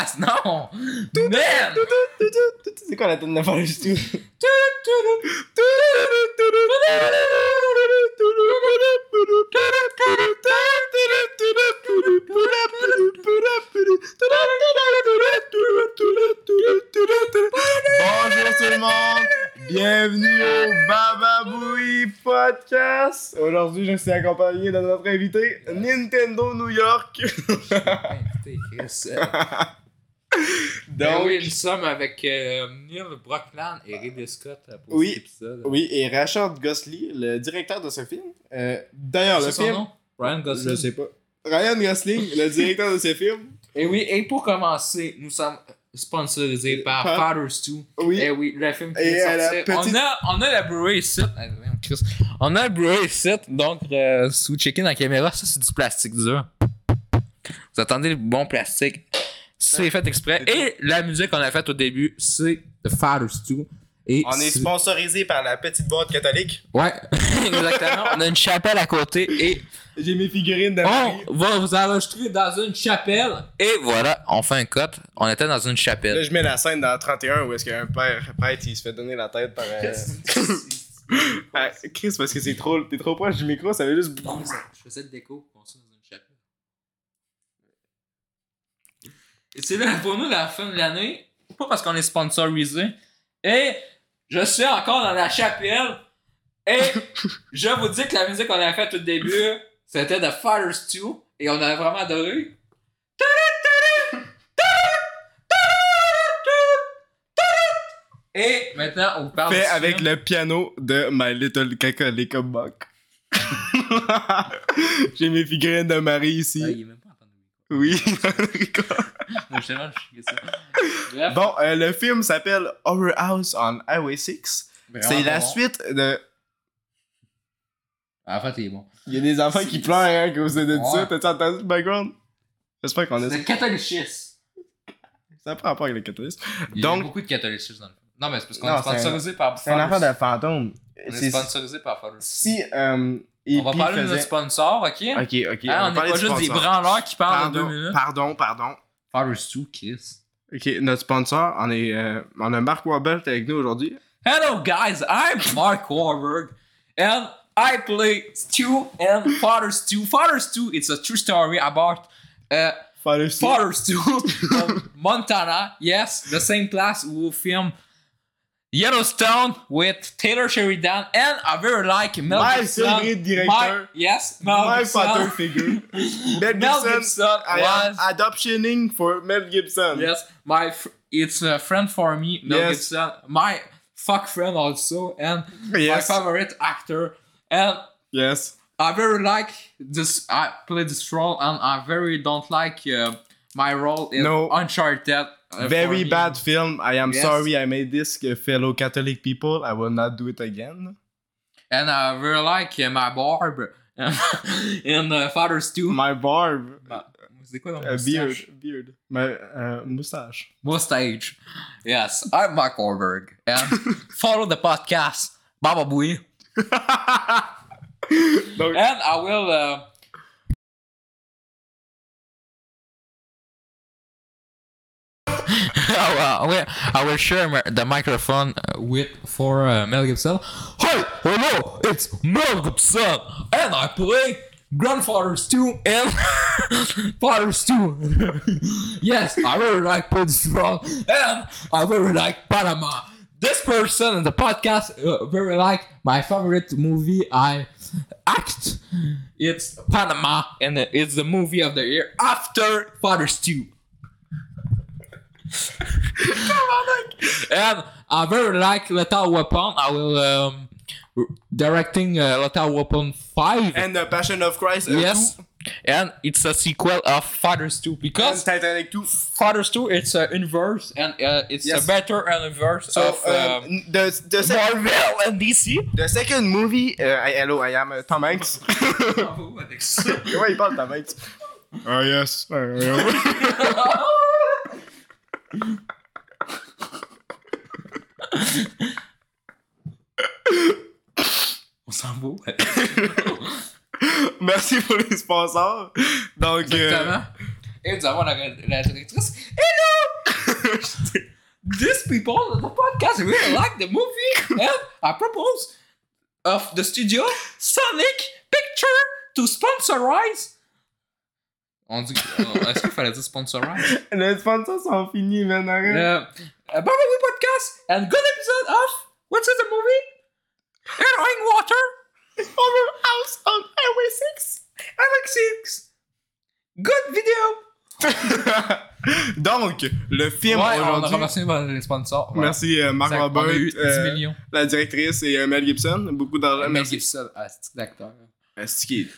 Ah, dégueulasse, non! Merde! C'est quoi la tonne de Paris tout? Bonjour tout le monde, bienvenue au Bababoui Podcast. Aujourd'hui, je suis accompagné de notre invité Nintendo New York. Invité, Chris. Donc, Donc- Ah, Ben oui, nous sommes avec euh, Neil Brockland et Ridley Scott pour Oui. cet épisode. Oui, et Rachel Gosling, le directeur de ce film. Euh, D'ailleurs, le C'est son film. nom? Ryan Je Gosling. sais pas. Ryan Gosling, le directeur de ce film. Et oui, et pour commencer, nous sommes sponsorisés par Euh, Par- Fathers 2. Oui. Eh oui, le film qui Et vient de à sortir. la petite- On a, on a la Blu-ray ici. Ah, merde, Chris. On a la Blu-ray ici, donc euh, si vous checkez dans la caméra, ça c'est du plastique dur. Vous attendez le bon plastique. C'est fait exprès. Et la musique qu'on a faite au début, c'est The Fathers 2. Et On est c'est- sponsorisé par la petite boîte catholique. Ouais, exactement. On a une chapelle à côté et J'ai mes figurines de Marie. on va vous enregistrer dans une chapelle. Et voilà, on fait un cut. On était dans une Là, chapelle. je mets la scène dans 31 où est-ce qu'un père prêtre, il se fait donner la tête par. euh, Ah, Chris, parce que c'est trop, t'es trop proche du micro, ça fait juste. Je faisais le déco, on se dans une chapelle. Et c'est là pour nous la fin de l'année, pas parce qu'on est sponsorisé. Et je suis encore dans la chapelle. Et je vous dis que la musique qu'on a faite au début, c'était de Fire Stew. Et on a vraiment adoré. Et maintenant, on parle. Fait du avec film. le piano de My Little Cacolica Buck. J'ai mes figurines de Marie Ah, ici. il est même pas en train de micro. Oui. Moi, je suis ça. Bref. bon, euh, le film s'appelle Our House on Highway 6. C'est la suite de. Ah, En fait, il est bon. Il y a des enfants qui pleurent hein, à cause de Ouais. ça. T'as-tu entendu le background? J'espère qu'on a ça. C'est catholicisme. Ça prend rapport avec le catholicisme. Il y a Donc- beaucoup de catholicisme dans le film. Non, mais c'est parce qu'on Non, est sponsorisé par C'est un Fathers. enfant de fantôme. On est C'est- sponsorisé par Fathers. Si. Euh, On va parler de faisait... notre sponsor, ok? Ok, ok. Hein, va on n'est parler pas du juste des sponsor. branleurs qui parlent en deux Pardon, minutes. Pardon, pardon. Fathers 2 Kiss. Ok, notre sponsor, on, est, euh, on a Marc Wabelt avec nous aujourd'hui. Hello, guys. I'm Mark Warburg. And I play Stu and Fathers 2. Fathers 2, it's a true story about. Uh, Father Fathers too from Montana. Yes, the same class who film Yellowstone with Taylor Sheridan and I very like Mel My Gibson. favorite director. My- yes, Mel My Gibson. father figure. Mel Mel Gibson, Gibson I am was adoptioning for Mel Gibson. yes, my fr- it's a friend for me. Mel Yes. Gibson, my fuck friend also, and Yes. my favorite actor. And Yes. I very like this. I play this role, and I very don't like uh, my role in No. Uncharted. uh, for Very me. bad film. I am Yes. sorry I made this, uh, fellow Catholic people. I will not do it again. And I really like uh, my barb and uh, Father's too. My barb. Ma- C'est quoi A dans beard. moustache? beard. My uh, moustache. Moustache. Yes, I'm Mark Orberg. And follow the podcast, Baba Booey. Donc, And I will. Uh, oh, uh, I will- I will share my- the microphone uh, with for uh, Mel Gibson. Hi, hello, it's Mel Gibson, and I play Grandfather's 2 and Father's 2. yes, I really like Prince Strong, and I really like Panama. This person in the podcast uh, very like my favorite movie I act. It's Panama, and it's the movie of the year after Father's 2. and I very like Lethal Weapon. I will um, r- directing uh, Lethal Weapon Five. and The Passion of Christ. uh, yes, two. and it's a sequel of Fathers Two And because Titanic 2. Fathers Two it's an inverse and uh, it's Yes. a better and inverse So, of um, um, the, the, sec- Marvel and DC. the second movie. Uh, I- hello, I am uh, Tom Hanks. Comment il parle, Tom Hanks? Ah, yes. Ah, ah, On s'en va. ah. Merci pour les sponsors. Donc, euh, Exactement. Et nous avons la, la directrice. Hello, euh, These people on the podcast really like the movie, and I propose of the studio Sonic Picture to sponsorize. On dit, euh, est-ce qu'il fallait dire sponsorize? Les sponsors sont finis, man. Arrête. Euh, uh, Barbie Podcast and good episode of what's in the movie? Heroin Water. Our Oh, house on Highway 6. Alexis. Good video. Donc, le film Ouais, on a aujourd'hui. remercié les sponsors. voilà. Merci euh, Marc Ça, Robert, On a eu 10 euh, millions. la directrice et euh, Mel Gibson. Beaucoup d'argent. Mais Merci. c'est ça, ah, c'est d'acteur. C'est qui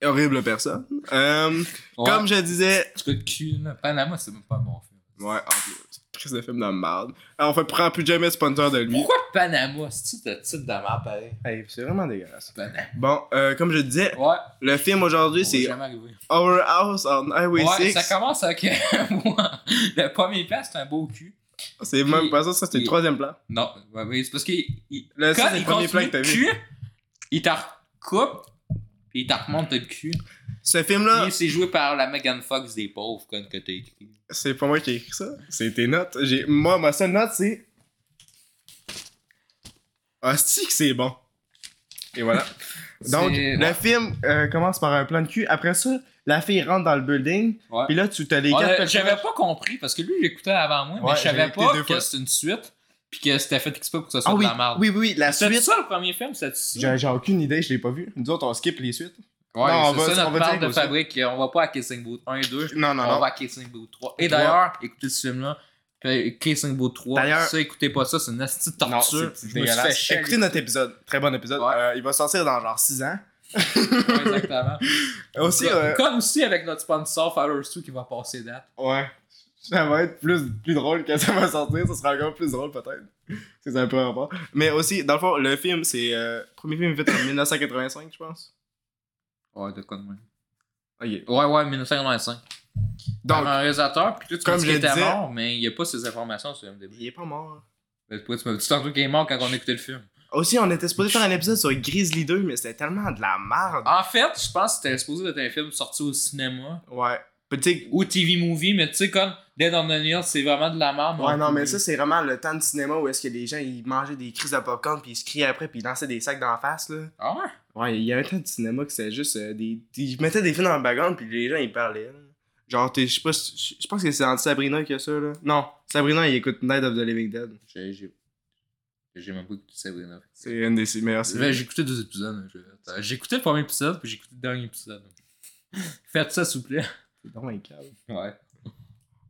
est horrible personne. Euh, Comme Ouais, je disais. parce que le cul, là, Panama, c'est même pas mon film. Ouais, en plus. Crise de film de merde. Alors, on ne prend plus jamais sponsor de lui. Pourquoi Panama? C'est-tu le titre de merde pareil? Hey, c'est vraiment dégueulasse. Panama. Bon, euh, comme je disais, Ouais, le film aujourd'hui, on va c'est jamais arrivé. Our House on Highway ouais, 6. ça commence avec moi. Le premier plan, c'est un beau cul. C'est même pas ça, ça c'était le Puis- troisième plan. Non, ouais, mais c'est parce qu'il. il- Là, ça, Quand c'est il le premier plan continue que t'as le vu. cul, il t'en recoupe, puis il t'en remonte le cul. Ce film-là, Puis c'est joué par la Megan Fox des pauvres, comme que t'as écrit. c'est pas moi qui ai écrit ça. C'est tes notes. J'ai... Moi, ma seule note, c'est. Hostie que c'est bon. Et voilà. Donc, C'est- le film euh, commence par un plan de cul. Après ça, la fille rentre dans le building. Ouais. Puis là, tu t'as les On quatre a- personnages. J'avais pas compris parce que lui il écoutait avant moi, Ouais, mais je j'ai savais écouté pas deux que fois. c'était une suite puis que c'était fait exprès pour que ce soit Ah de oui, la merde. oui, oui, oui, la C'était suite. ça le premier film, c'était ça? J'ai, j'ai aucune idée, je l'ai pas vu. Nous autres, on skip les suites. Ouais, Non, on c'est va- ça on notre va marque dire de aussi. fabrique. On va pas à Kissing Booth 1 et 2, Non, non, on non. va à Kissing Booth 3. Et Trois. d'ailleurs, écoutez ce film-là, puis Kissing Booth 3, D'ailleurs- ça, écoutez pas ça, c'est une nasty de Non, torture. c'est- c'est Je me suis dégueulasse. fait chier. Écoutez notre épisode. Très bon épisode. Ouais. Euh, il va sortir dans genre 6 ans. Ouais, exactement. Aussi, comme, euh, comme aussi avec notre sponsor Fowler's 2 qui va passer date. Ouais. Ça va être plus, plus drôle quand ça va sortir. Ça sera encore plus drôle, peut-être. C'est un peu rapport. Mais aussi, dans le fond, le film, c'est. euh, premier film fait en 1985, je pense. Ouais, de quoi de moins. Ok. Ah. Ouais, ouais, 1995. Donc, Donc, un réalisateur, puis toi, tu comme comme dis je qu'il était disais- mort, mais il n'y a pas ces informations sur MDB. il est pas mort. Mais pourquoi tu m'as dit tantôt qu'il est mort quand on écoutait le film? Aussi, on était supposé faire un épisode sur Grizzly 2, mais c'était tellement de la merde. En fait, je pense que c'était supposé être un film sorti au cinéma Ouais. Petit. ou TV movie, mais tu sais, comme Dead on the Nile, c'est vraiment de la merde. Ouais, non, mais ça, c'est vraiment le temps de cinéma où est-ce que les gens, ils mangeaient des crises de popcorn, puis ils se criaient après, puis ils lançaient des sacs d'en face, là. Ah ouais? Ouais, il y a un temps de cinéma que c'était juste euh, des. Ils mettaient des films dans le background puis les gens ils parlaient. là. Genre, t'es- je sais pas, si- je pense que c'est dans Sabrina qu'il y a ça là. Non, Sabrina il écoute Night of the Living Dead. J'ai- J'ai j'ai même pas écouté Sabrina. C'est une des meilleures Ben, J'ai écouté deux épisodes. je- J'ai écouté le premier épisode, puis j'ai écouté le dernier épisode. Faites ça, s'il vous plaît. Ouais.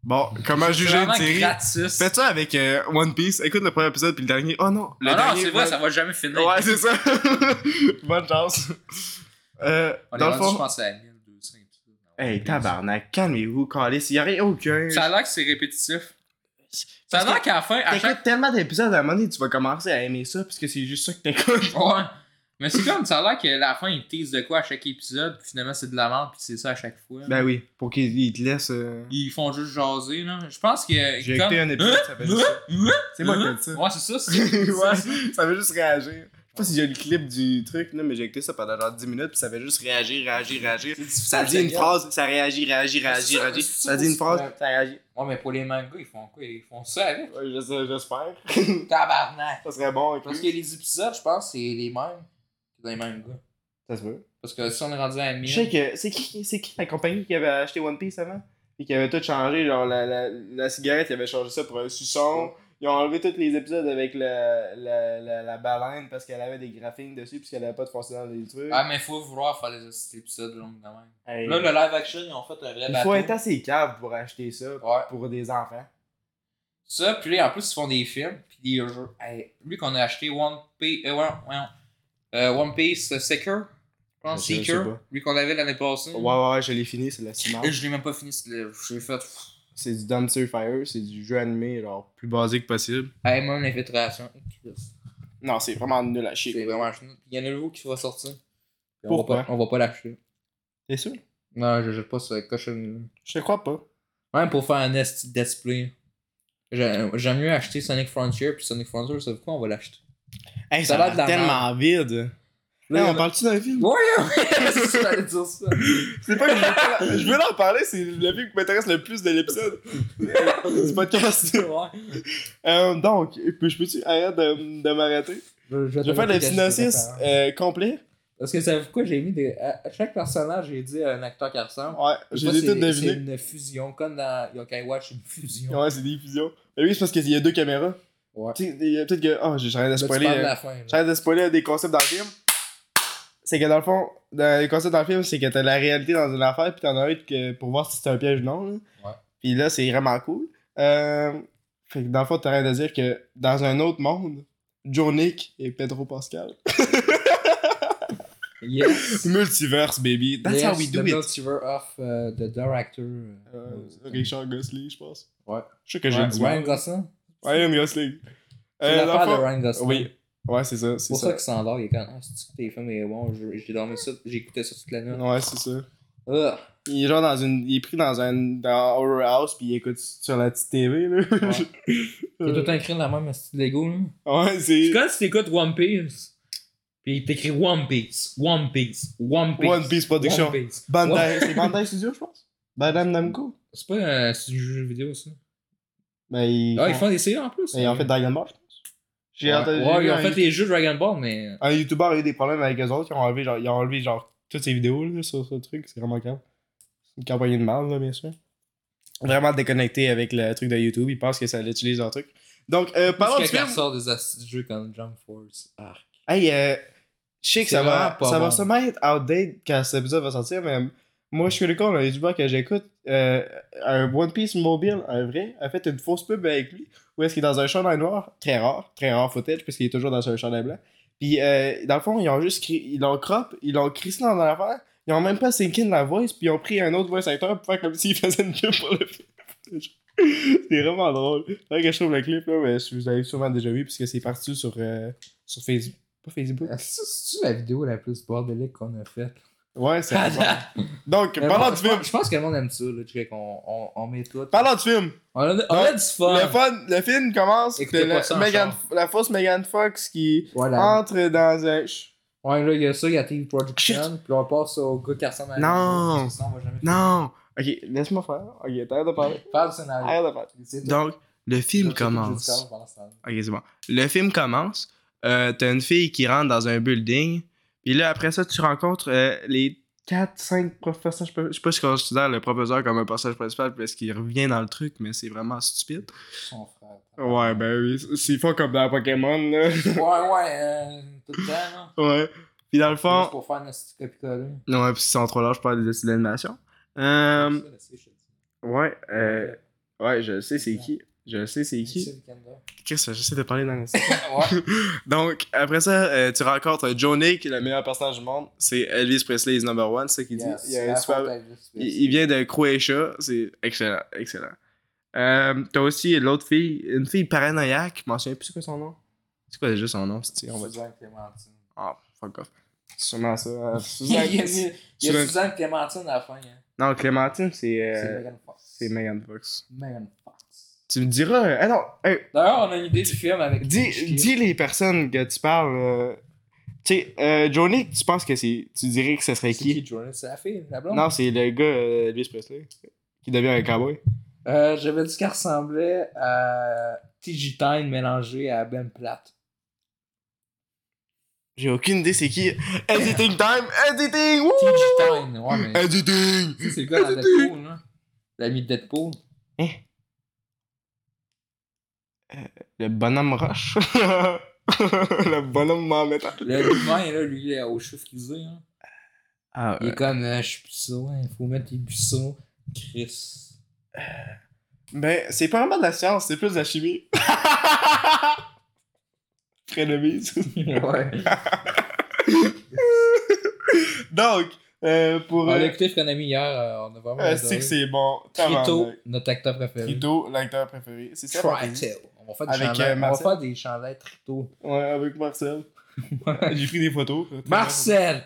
Bon, comment juger une Vraiment série gratis. Faites ça avec euh, One Piece, écoute le premier épisode puis le dernier. Oh non, le Ah non, dernier. c'est vrai, ça va jamais finir. Ouais, c'est ça. Bonne chance. Euh, On est dans le rendu, je fond. pense, à 1200 épisodes. Hey, tabarnak, calmez-vous, Calis. Il y aurait aucun. Ça a l'air que c'est répétitif. Ça a Parce que l'air qu'à la fin, à T'écoutes chaque. tellement d'épisodes à un moment donné, tu vas commencer à aimer ça parce que c'est juste ça que t'écoutes. Ouais. Mais c'est comme ça a l'air qu'à la fin, ils teasent de quoi à chaque épisode, puis finalement, c'est de la merde, puis c'est ça à chaque fois. Ben oui, pour qu'ils ils te laissent. euh, Ils font juste jaser, là. Je pense que. J'ai comme- écouté un épisode, ça fait juste ça. Hein? C'est moi qui ai dit ça. Ouais, c'est ça. c'est- c'est ouais, ça. ça fait juste réagir. Je sais pas si j'ai le clip du truc, là, mais j'ai écouté ça pendant genre 10 minutes, puis ça fait juste réagir, réagir, réagir. C'est difficile, Ça dit la une guerre. phrase, ça réagit, réagit, C'est réagit, ça, réagit. c'est Ça dit une ça, phrase, c'est- ça réagit. Ouais, mais pour les mangas, ils font quoi Ils font ça avec. Ouais, je- J'espère. Tabarnak. Ça serait bon. avec Parce que lui. les épisodes, je pense, c'est les mêmes que dans les mangas. Ça se veut. Parce que si on est rendu à Je sais 1000. que c'est qui, c'est qui la compagnie qui avait acheté One Piece avant et qui avait tout changé, genre la, la, la cigarette, ils avaient changé ça pour un suçon. Ils ont enlevé tous les épisodes avec la, la, la, la baleine parce qu'elle avait des graphiques dessus puisqu'elle avait pas de force dans les trucs. Ah, mais faut vouloir faire les cet épisode long quand même. Hey, Là, le live action, ils ont fait un vrai il bateau. faut être assez cave pour acheter ça Ouais. pour des enfants. Ça, puis là, en plus, ils font des films, puis des jeux. Hey, lui qu'on a acheté One Piece, euh, ouais, ouais, euh, One Piece Seeker, je pense, Je sais- je sais Seeker, pas. lui qu'on avait l'année passée. Ouais, ouais, ouais, je l'ai fini, c'est de la ciment. Et je l'ai même pas fini, c'est le- j'ai fait. pff, C'est du Dumpster Fire, c'est du jeu animé, genre plus basique possible. Hey, moi, l'infiltration. C'est Non, c'est vraiment nul à chier. vraiment chenille. Puis Il y en a un nouveau qui va sortir. Puis Pourquoi? On va pas, on va pas l'acheter. T'es sûr? Non, je jette pas ce cochon. Je te crois pas. Même pour faire un esti de display. J'ai- J'aime mieux acheter Sonic Frontier, puis Sonic Frontier, savez quoi, on va l'acheter. Hey, Ça ça, a va l'air de la tellement vide. Là, on parle-tu d'un film? Ouais, ouais, c'est ça, j'allais dire ça. C'est pas que je veux, pas- je veux leur parler, c'est le film qui m'intéresse le plus de l'épisode. du podcast. Ouais. Euh, donc, je peux-tu arrêter de, de m'arrêter? Je vais faire le synopsis euh, complet. Parce que ça pourquoi j'ai mis des. À à chaque personnage, j'ai dit un acteur qui ressemble. Ouais, Je j'ai sais des pas, toutes c'est- C'est devinées. une fusion, comme dans Yokai Watch, une fusion. Ouais, c'est des fusions. Mais oui, c'est parce qu'il y a deux caméras. Ouais. Tu sais, il y a peut-être que. Oh, j'ai- j'arrête de Là, tu spoiler. parles de euh, la fin. là. J'arrête de spoiler des concepts dans le film. C'est que dans le fond, dans les concepts dans le film, c'est que t'as la réalité dans une affaire, puis t'en as un que pour voir si c'est un piège ou non. Là. Ouais. Puis là, c'est vraiment cool. Euh, fait que dans le fond, t'as rien à dire que dans un autre monde, Joe Nick et Pedro Pascal. Yes. Multiverse, baby. That's yes, how we the do it. Multiverse of euh, the director. euh, Euh, euh, Richard Gosling, je pense. Ouais. Je sais que Ouais, j'ai dit Ryan Gosling. mal. Ryan Gosling. C'est Euh, dans le l'affaire de fond- Ryan Gosling. Oui. Ouais, c'est ça. C'est C'est pour ça, ça. qu'il s'endort, il est comme Ah, c'est-tu que tes films est bon, je- j'ai dormi ça, j'ai écouté ça toute la nuit. Ouais, c'est ça. Ah. Il est genre dans une. Il est pris dans un. Dans Horror House, puis il écoute sur la petite TV, là. Il est tout écrit la même style Lego. Là. Ouais, c'est. quand tu écoutes One Piece, puis il t'écrit One Piece, One Piece, One Piece. One Piece Production. One Piece. Ouais. Bandai. C'est Bandai Studio, je pense. Bandai Namco. C'est pas un jeu vidéo ça. Ben, ils. Ah, ils font... font des séries en plus. ils ont fait Dragon Ball, je pense. J'ai ouais. entendu. Ouais, j'ai ils ont vu fait les jeux Dragon Ball, mais. un... un YouTuber a eu des problèmes avec eux autres, ils ont enlevé, genre, ils ont enlevé, genre toutes ces vidéos, là, sur ce truc. C'est vraiment grave. C'est une campagne de mal, là, bien sûr. Vraiment déconnecté avec le truc de YouTube. Ils pensent que ça l'utilise leur truc. Donc, euh, parlons du Parce que film. quand sort des astuces de jeux comme Jump Force, Ah. Arc. Hey, euh, je sais que C'est ça va, vraiment pas ça va bon. sûrement être outdated quand cet épisode va sortir, mais moi, je suis le con, un YouTuber que j'écoute, euh, un One Piece mobile, un vrai, a fait une fausse pub avec lui, où est-ce qu'il est dans un chandail noir, très rare, très rare footage, puisqu'il est toujours dans un chandail blanc. Puis, euh, dans le fond, ils ont juste cri- ils l'ont crop, ils l'ont crissé dans l'affaire, ils ont même pas syncé de la voice, puis ils ont pris un autre voice actor pour faire comme s'il faisait une pub pour le film. C'est vraiment drôle. Faudrait que je trouve le clip, là, mais vous avez sûrement déjà vu, puisque c'est parti sur, euh, sur Facebook. Pas Facebook. C'est-tu la vidéo la plus bordélique qu'on a faite? Ouais, c'est Donc, Mais parlant bon, du je film. pense- Je pense que le monde aime ça, là, tu sais, qu'on on, on met tout. Parlant du film. On a, on a du fun. Le, fun, le film commence. Écoutez de pas la, ça en Megan- char. la fausse Megan Fox qui Voilà. entre dans un. Chut. Ouais, là, il y a ça, il y a TV Production, puis on passe au gars qui ressemble à. Non. Ça, on va jamais Non! Ok, laisse-moi faire. Ok, t'arrêtes de parler. faire du scénario. Arrête de parler. C'est- Donc, le c'est- film c'est- commence. c'est- pendant ce temps-là. Ok, c'est bon. Le film commence. Euh, t'as une fille qui rentre dans un building. Puis là, après ça, tu rencontres euh, les 4-5 professeurs. Je peux- je sais pas si je considère le professeur comme un personnage principal parce qu'il revient dans le truc, mais c'est vraiment stupide. Son frère. Ouais, ben oui, s'ils font comme dans Pokémon, Ouais, là. ouais, euh, tout le temps, là. ouais. Puis dans le Juste fond. pour faire un petit copie-coller. Ouais, puis ils sont trop larges, je parle de style d'animation. Ça, Euh, là, c'est chiant. ouais, euh, ouais, je sais c'est qui. Je sais c'est qui. C'est le Canada. Qu'est-ce que j'essaie de parler dans le Ouais. Donc, après ça, euh, tu rencontres Johnny, qui est le meilleur personnage du monde. C'est Elvis Presley is number one, c'est ce qu'il dit. Yes, Il, a un la super- faute à Elvis il, Presley. il vient de Croatia, c'est excellent, excellent. Euh, T'as aussi l'autre fille, une fille paranoïaque, je m'en souviens plus c'est quoi son nom. C'est quoi déjà son nom, c'est-tu, on va dire. Suzanne Clémentine. Ah, fuck off. Sûrement ça. euh, Il y a- Suzanne- il y a il y a Suzanne- Suzanne Clémentine à la fin, hein. Non, Clémentine, c'est. euh, C'est Megan Fox. c'est Megan Fox. Megan Fox. Tu me diras. euh, Ah non, hey, D'ailleurs, on a une idée du film avec. dis, dis les personnes que tu parles. euh, Tu sais, euh, Johnny, tu penses que c'est. Tu dirais que ce serait C'est qui qui, Jordan? C'est la fille, la blonde? Non, c'est le gars euh, Elvis Presley qui devient un cowboy. Euh, J'avais dit qu'elle ressemblait à TG Time mélangé à Ben Platt. J'ai aucune idée c'est qui. Editing time! Editing! Wouh! TG Time, ouais, mais. Editing! Tu sais, C'est le gars dans Deadpool, là. L'ami de Deadpool. Le bonhomme roche. le bonhomme m'en mettant. Le humain, là, lui, il a aux cheveux frisés, hein. Ah, Il est comme, euh, je suis puceau, hein, il faut mettre les buissons. Chris. Ben, c'est pas vraiment de la science, c'est plus de la chimie. Prénomise. ouais. Donc, euh, pour. On l'a Euh, écouté Frenami hier, euh, on a vraiment. euh, c'est adoré. que c'est bon. Trito, Tabarnak. notre acteur préféré. Trito, l'acteur préféré. C'est ça. Marcel? Trito. On va faire des Avec, euh, chandelles. On va Marcel. faire des chandelles Trito. Ouais, avec Marcel. J'ai pris des photos. Marcel!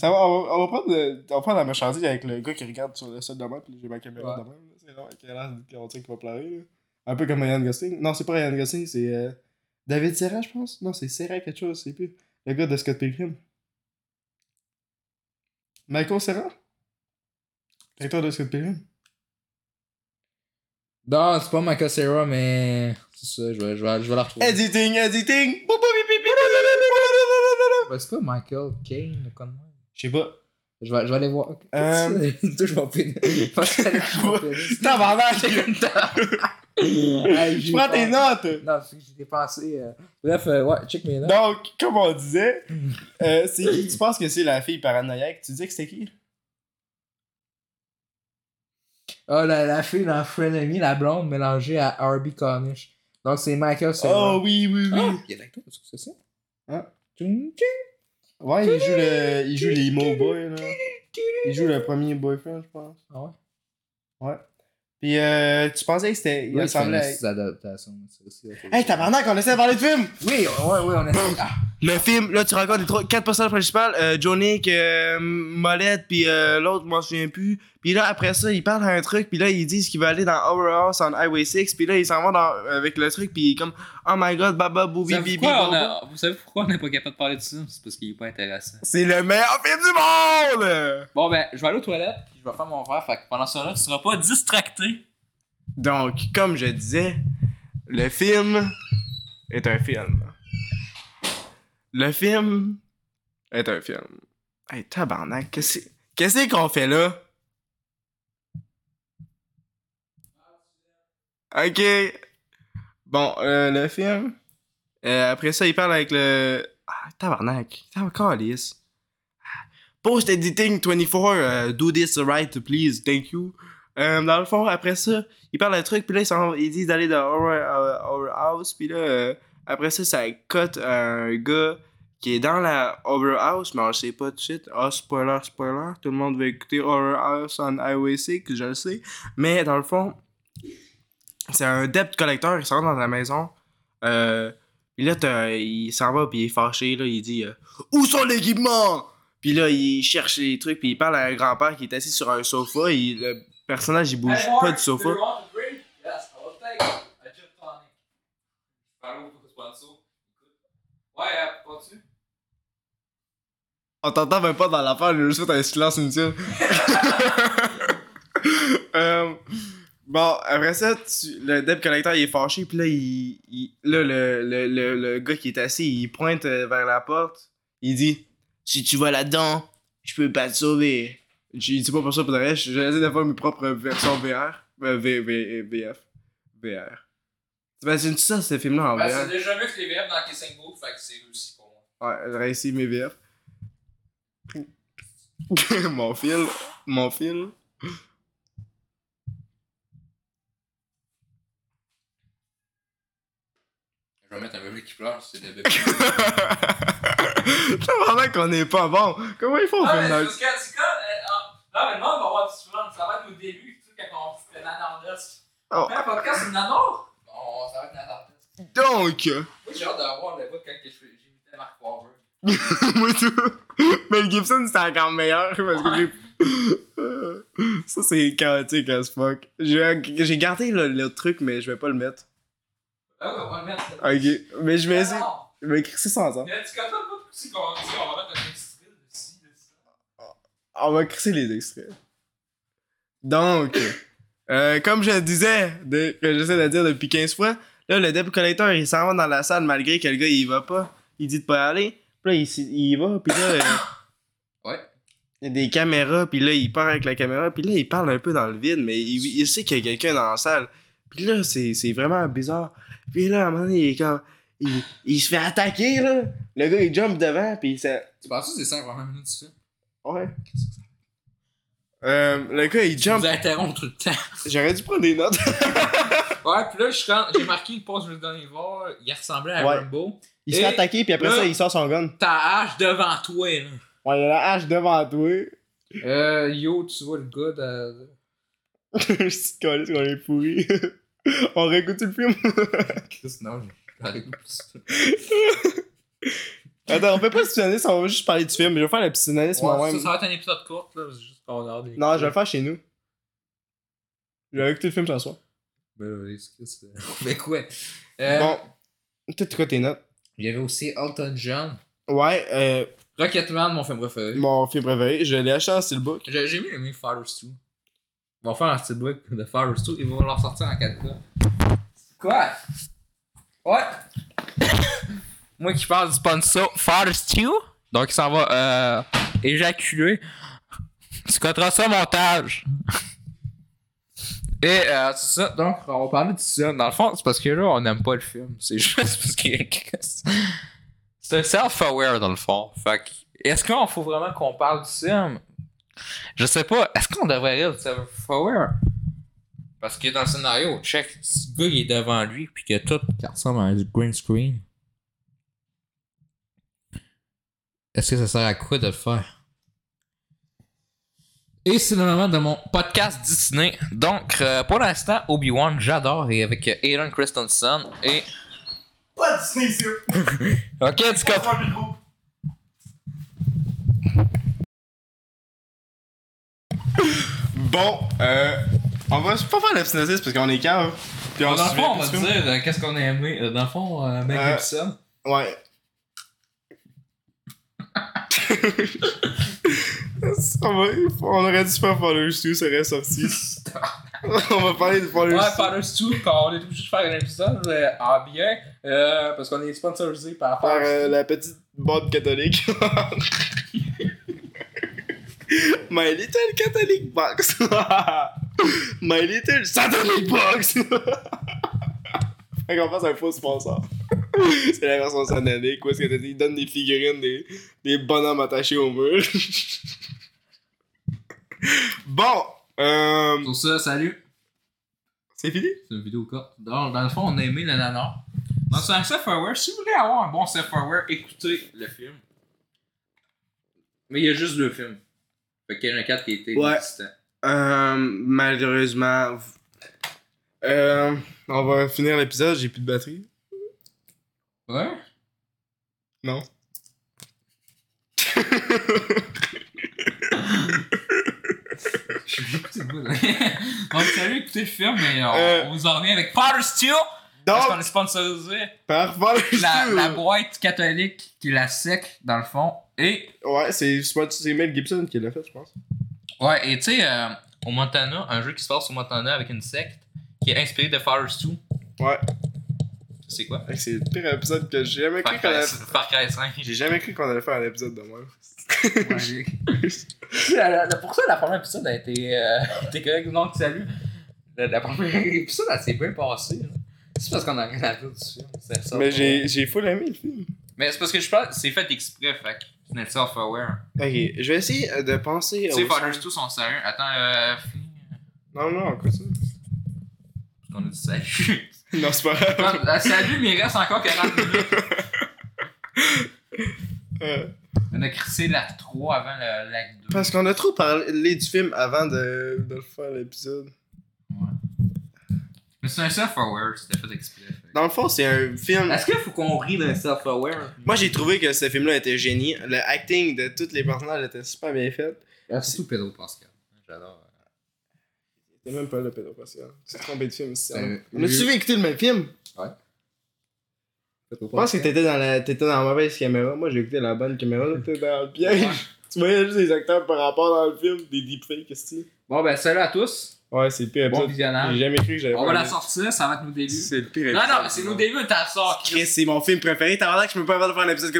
Ça va, on va, on va prendre le- on va prendre la marchandise avec le gars qui regarde sur le sol de moi, puis j'ai ma caméra Ouais. de même. là. C'est long, avec l'air qu'on dirait qu'il va pleurer. là. Un peu comme Ryan Gosling. Non, c'est pas Ryan Gosling, c'est euh, David Serra, je pense. Non, c'est Serra quelque chose, c'est plus. Le gars de Scott Pilgrim. Michael Serra? Directeur de Scott Pilgrim? Non, c'est pas Michael Cera, mais. C'est ça, je vais, je vais, je vais la retrouver. Editing, editing! Pou, pou, pi, pi, pi. Ouais, c'est pas Michael Kane, ou comme moi. Je sais pas. Je vais, je vais aller voir. Euh. Toi, je m'en prie. Je Tabarnak! Je Je prends tes notes! Non, c'est que j'ai dépensé. euh, Bref, euh, ouais, check mes notes. Donc, comme on disait, euh, c'est qui tu penses que c'est la fille paranoïaque? Tu dis que c'était qui? Oh, la, la fille dans Frenemy, la blonde, mélangée à Harvey Cornish. Donc, c'est Michael Cera. Oh oui, oui, oui! Ah, il est avec toi, parce que c'est ça? Hein? Tchoum, Ouais, il joue le. Il joue les mots boy, là. Il joue le premier boyfriend, je pense. Ah ouais? Ouais. Puis euh, tu pensais que c'était. Il Oui, c'est une ressemblait à. petite adaptation. c'est aussi autre chose. Hey, tabarnak, on essaie de parler de film! Oui, ouais, ouais, on essaie. Ah, Le film, là, tu rencontres les trois- quatre personnages principales, euh, Johnny, que, euh, Molette, puis euh, l'autre, je m'en souviens plus. Puis là, après ça, ils parlent à un truc, puis là, ils disent qu'ils veulent aller dans Our House on Highway 6, puis là, ils s'en vont dans- avec le truc, puis comme, oh my god, baba, Vous booby, savez, bibi, pourquoi on bobo. a- vous savez pourquoi on n'est pas capable de parler de ça? C'est parce qu'il est pas intéressant. C'est le meilleur film du monde! Bon, ben, je vais aller aux toilettes, puis je vais faire mon verre. Fait que pendant ce temps-là, tu seras pas distracté. Donc, comme je disais, le film est un film. Le film est un film. Hey, tabarnak, qu'est-ce que- qu'est-ce qu'on fait là? Ok. Bon, euh, le film. euh, après ça, il parle avec le. Ah, tabarnak. Tabarnak, Post editing 24, euh, do this right, please, thank you. Euh, dans le fond, après ça, il parle d'un truc, puis là, ils, s'en- ils disent d'aller dans Our, euh, Our- Our House, puis là, euh, après ça, ça cote un gars qui est dans la Our House, mais on le sait pas tout de suite. Ah, spoiler, spoiler, tout le monde va écouter Our House on Highway 6, je le sais. Mais dans le fond, c'est un debt collector, il s'en va dans la maison, euh, puis là, t'as- il s'en va, puis il est fâché, là, il dit euh, Où sont l'équipement? » Puis là, il cherche les trucs, puis il parle à un grand-père qui est assis sur un sofa, et le personnage, il bouge pas du sofa. Ouais, hein, pas dessus. On t'entend même pas dans l'affaire, le juste fait un silence inutile. Euh, bon, après ça, tu- le debt collector il est fâché, puis là, il, il- là le, le, le, le gars qui est assis, il pointe euh, vers la porte. Il dit Si tu vas là-dedans, je peux pas te sauver. Je dis pas pour ça, pour le reste, j'essaie d'avoir mes propres versions VR. Euh, v, V- VF. VR. T'imagines-tu ça, ce film-là en Bah, VR? Ben, c'est déjà mieux que les VM dans les 5 groupes, fait que c'est réussi pour moi. Ouais, elle réussit mes VF. mon fil, mon fil. Je vais mettre un bébé qui pleure, c'est débile. T'as qu'on n'est pas bon. Comment ils font Non, pour Ah, mais c'est parce une que c'est comme. euh, ah, Non, mais le monde va avoir du souvent. Ça va être au début, tu sais, quand on fait le nanardesque. Oh. On fait un podcast, c'est nanor Bon, ça va être nanardesque. Donc, Moi, j'ai hâte de voir le bout quand que je fais- j'imitais Mark Wahlberg. moi tout. Mel Gibson, c'est encore meilleur parce que j'ai- Ça, c'est chaotique as fuck. J'ai j'ai gardé le, le truc, mais je vais pas le mettre. Ah ouais, on va le mettre. Ok, mais je vais essayer. Non, Je vais écrire ça ensemble. mais tu comprends pas pourquoi c'est qu'on dit qu'on va mettre un extrait de ci, de ça. On va crisser les extraits. Donc, euh, comme je disais, de- que j'essaie de dire depuis 15 fois, là, le debt collector, il s'en va dans la salle malgré que le gars, il y va pas. Il dit de pas y aller. Puis là, il, s'y- il y va. Puis là, euh, Ouais. il y a des caméras. Puis là, il part avec la caméra. Puis là, il parle un peu dans le vide, mais il, il sait qu'il y a quelqu'un dans la salle. Puis là, c'est c'est vraiment bizarre. Puis là, à un moment donné, il est comme... Il, il se fait attaquer, là. Le gars, il jump devant, puis ça... Tu penses que c'est 5 premières minutes du film? Ouais. Euh, le gars, il Je jump vous interromps tout le temps. J'aurais dû prendre des notes. Ouais, puis là, je suis rentré- j'ai marqué le poste que je le dernier voir. Il ressemblait à Ouais. Rambo. Il se fait Et attaquer, puis après là- ça, il sort son gun. Ta hache devant toi, là. Ouais, il a la hache devant toi. Euh, yo, tu vois le gars de. Je suis collé qu'on est pourri. On réécoute le film. Chris, non, j'ai. Attends, on fait pas le psychanalyste, on va juste parler du film. Je vais faire le psychanalyste Ouais, ça, moi-même. ça va être un épisode court, là. C'est juste qu'on a hâte d'écouter. Non, je vais le faire chez nous. Je vais écouter le film ce soir. ben, oui, c'est- c'est- Mais quoi? Euh, Bon, toi, tu quoi tes notes? Il y avait aussi Elton John. Ouais, euh, Rocketman, mon film préféré. Mon film préféré, je l'ai acheté en steelbook. J'ai j'ai bien aimé Fathers 2. Ils vont faire un steelbook de Fathers 2, ils vont leur sortir en 4K. Quoi? Ouais. Moi qui parle du sponsor Fathers 2, donc il s'en va euh, éjaculer. Tu coteras ça au montage. Et euh, c'est ça, donc on parlait de ça. Dans le fond, c'est parce que là, on n'aime pas le film. C'est juste parce que. C'est un self-aware dans le fond. Fait que, est-ce qu'on faut vraiment qu'on parle du film Je sais pas. Est-ce qu'on devrait rire du self-aware Parce que dans le scénario, check, ce gars il est devant lui, puis que tout qui ressemble à un green screen. Est-ce que ça sert à quoi de le faire et c'est le moment de mon podcast Disney. Donc, euh, pour l'instant, Obi-Wan, j'adore, et avec euh, Aaron Christensen. Et. Pas de Disney, ici. Ok, tu comprends. Prends le micro. Bon, euh, on va pas faire l'obstinatisme parce qu'on est cave. Puis dans se le fond, on va souvient plus dire euh, qu'est-ce qu'on a aimé. Euh, Dans le fond, euh, Mel Euh, Gibson. trop. Ouais. on, va- on aurait dû faire Fallers 2, ça aurait sorti. on va parler de Fallers 2. Ouais, Fathers 2, quand on est obligé de faire un épisode euh, en bien, euh, parce qu'on est sponsorisé par par Fathers euh, la petite bande catholique. My little Catholic box. My little Satanic box. fait qu'on fasse un faux sponsor. C'est la version satanique. Où est-ce que t'as dit, ils donnent des figurines, des, des bonhommes attachés au mur. bon. euh, 2. Sur ça, salut. c'est fini? C'est une vidéo courte. Dans, dans le fond, on a aimé le nanar. Donc, c'est un self-aware. Si vous voulez avoir un bon self-aware, écoutez le film. Mais il y a juste deux films. Fait qu'il y en a quatre qui étaient Ouais. existants. Euh, malheureusement. Euh, on va finir l'épisode, j'ai plus de batterie. Ouais? Non. C'est good. Donc, salut, écoutez le film, mais on, Euh. on vous en revient avec Fathers 2. Parce qu'on Donc, est sponsorisé. par Fallers la, 2. la boîte catholique qui la sec, dans le fond. Et, Ouais, c'est c'est Mel Gibson qui l'a fait, je pense. ouais, et tu sais, euh, au Montana, un jeu qui se passe au Montana avec une secte qui est inspiré de Fathers 2. Ouais. C'est quoi? Fait que C'est le pire épisode que j'ai jamais cru Far qu'on Cry, allait Far Cry 5. J'ai jamais cru qu'on allait faire un épisode de moi. Pour ça, la première épisode a été. Euh, T'es correct ou non, tu salues. La, la première épisode, elle s'est bien passée. là. C'est parce qu'on a rien à dire du film. c'est ça. Mais j'ai j'ai full aimé le film. Mais c'est parce que je pense que c'est fait exprès, fait que c'est net self-aware. Ok, je vais essayer euh, de penser. Tu sais, Fathers 2 sont sérieux. Attends, euh. Non, non, quoi ça On a dit salut. Non, c'est pas grave. Ah, salut, mais il reste encore 40 minutes. Euh, On a crissé l'acte 3 avant le- l'acte 2. parce qu'on a trop parlé du film avant de, de faire l'épisode. Mais c'est un self-aware, c'était fait exprès. fait. Dans le fond, c'est un film. Est-ce qu'il faut qu'on rit d'un self-aware Moi, j'ai trouvé que ce film-là était génie. Le acting de tous les personnages était super bien fait. Ah, Surtout Pedro Pascal. J'adore. hein. C'est même pas le Pedro Pascal. hein. C'est trompé de film, c'est ça. Euh, On a-tu lui- vu écouter le même film? Pedro Je pense que t'étais dans la, t'étais dans la mauvaise caméra. Moi, j'ai écouté la bonne caméra. là, T'étais dans le piège. tu voyais juste les acteurs par rapport dans le film, des deepfakes, qu'est-ce que Bon, ben, salut à tous. Ouais, c'est le pire Bon épisode. visionnage. j'ai jamais cru que j'avais On fait va la un- sortir, ça va être nos débuts. C'est le pire Non, non, mais c'est nos débuts, t'as sort. Chris, c'est mon film préféré. T'as l'air que je peux pas avoir de faire un épisode comme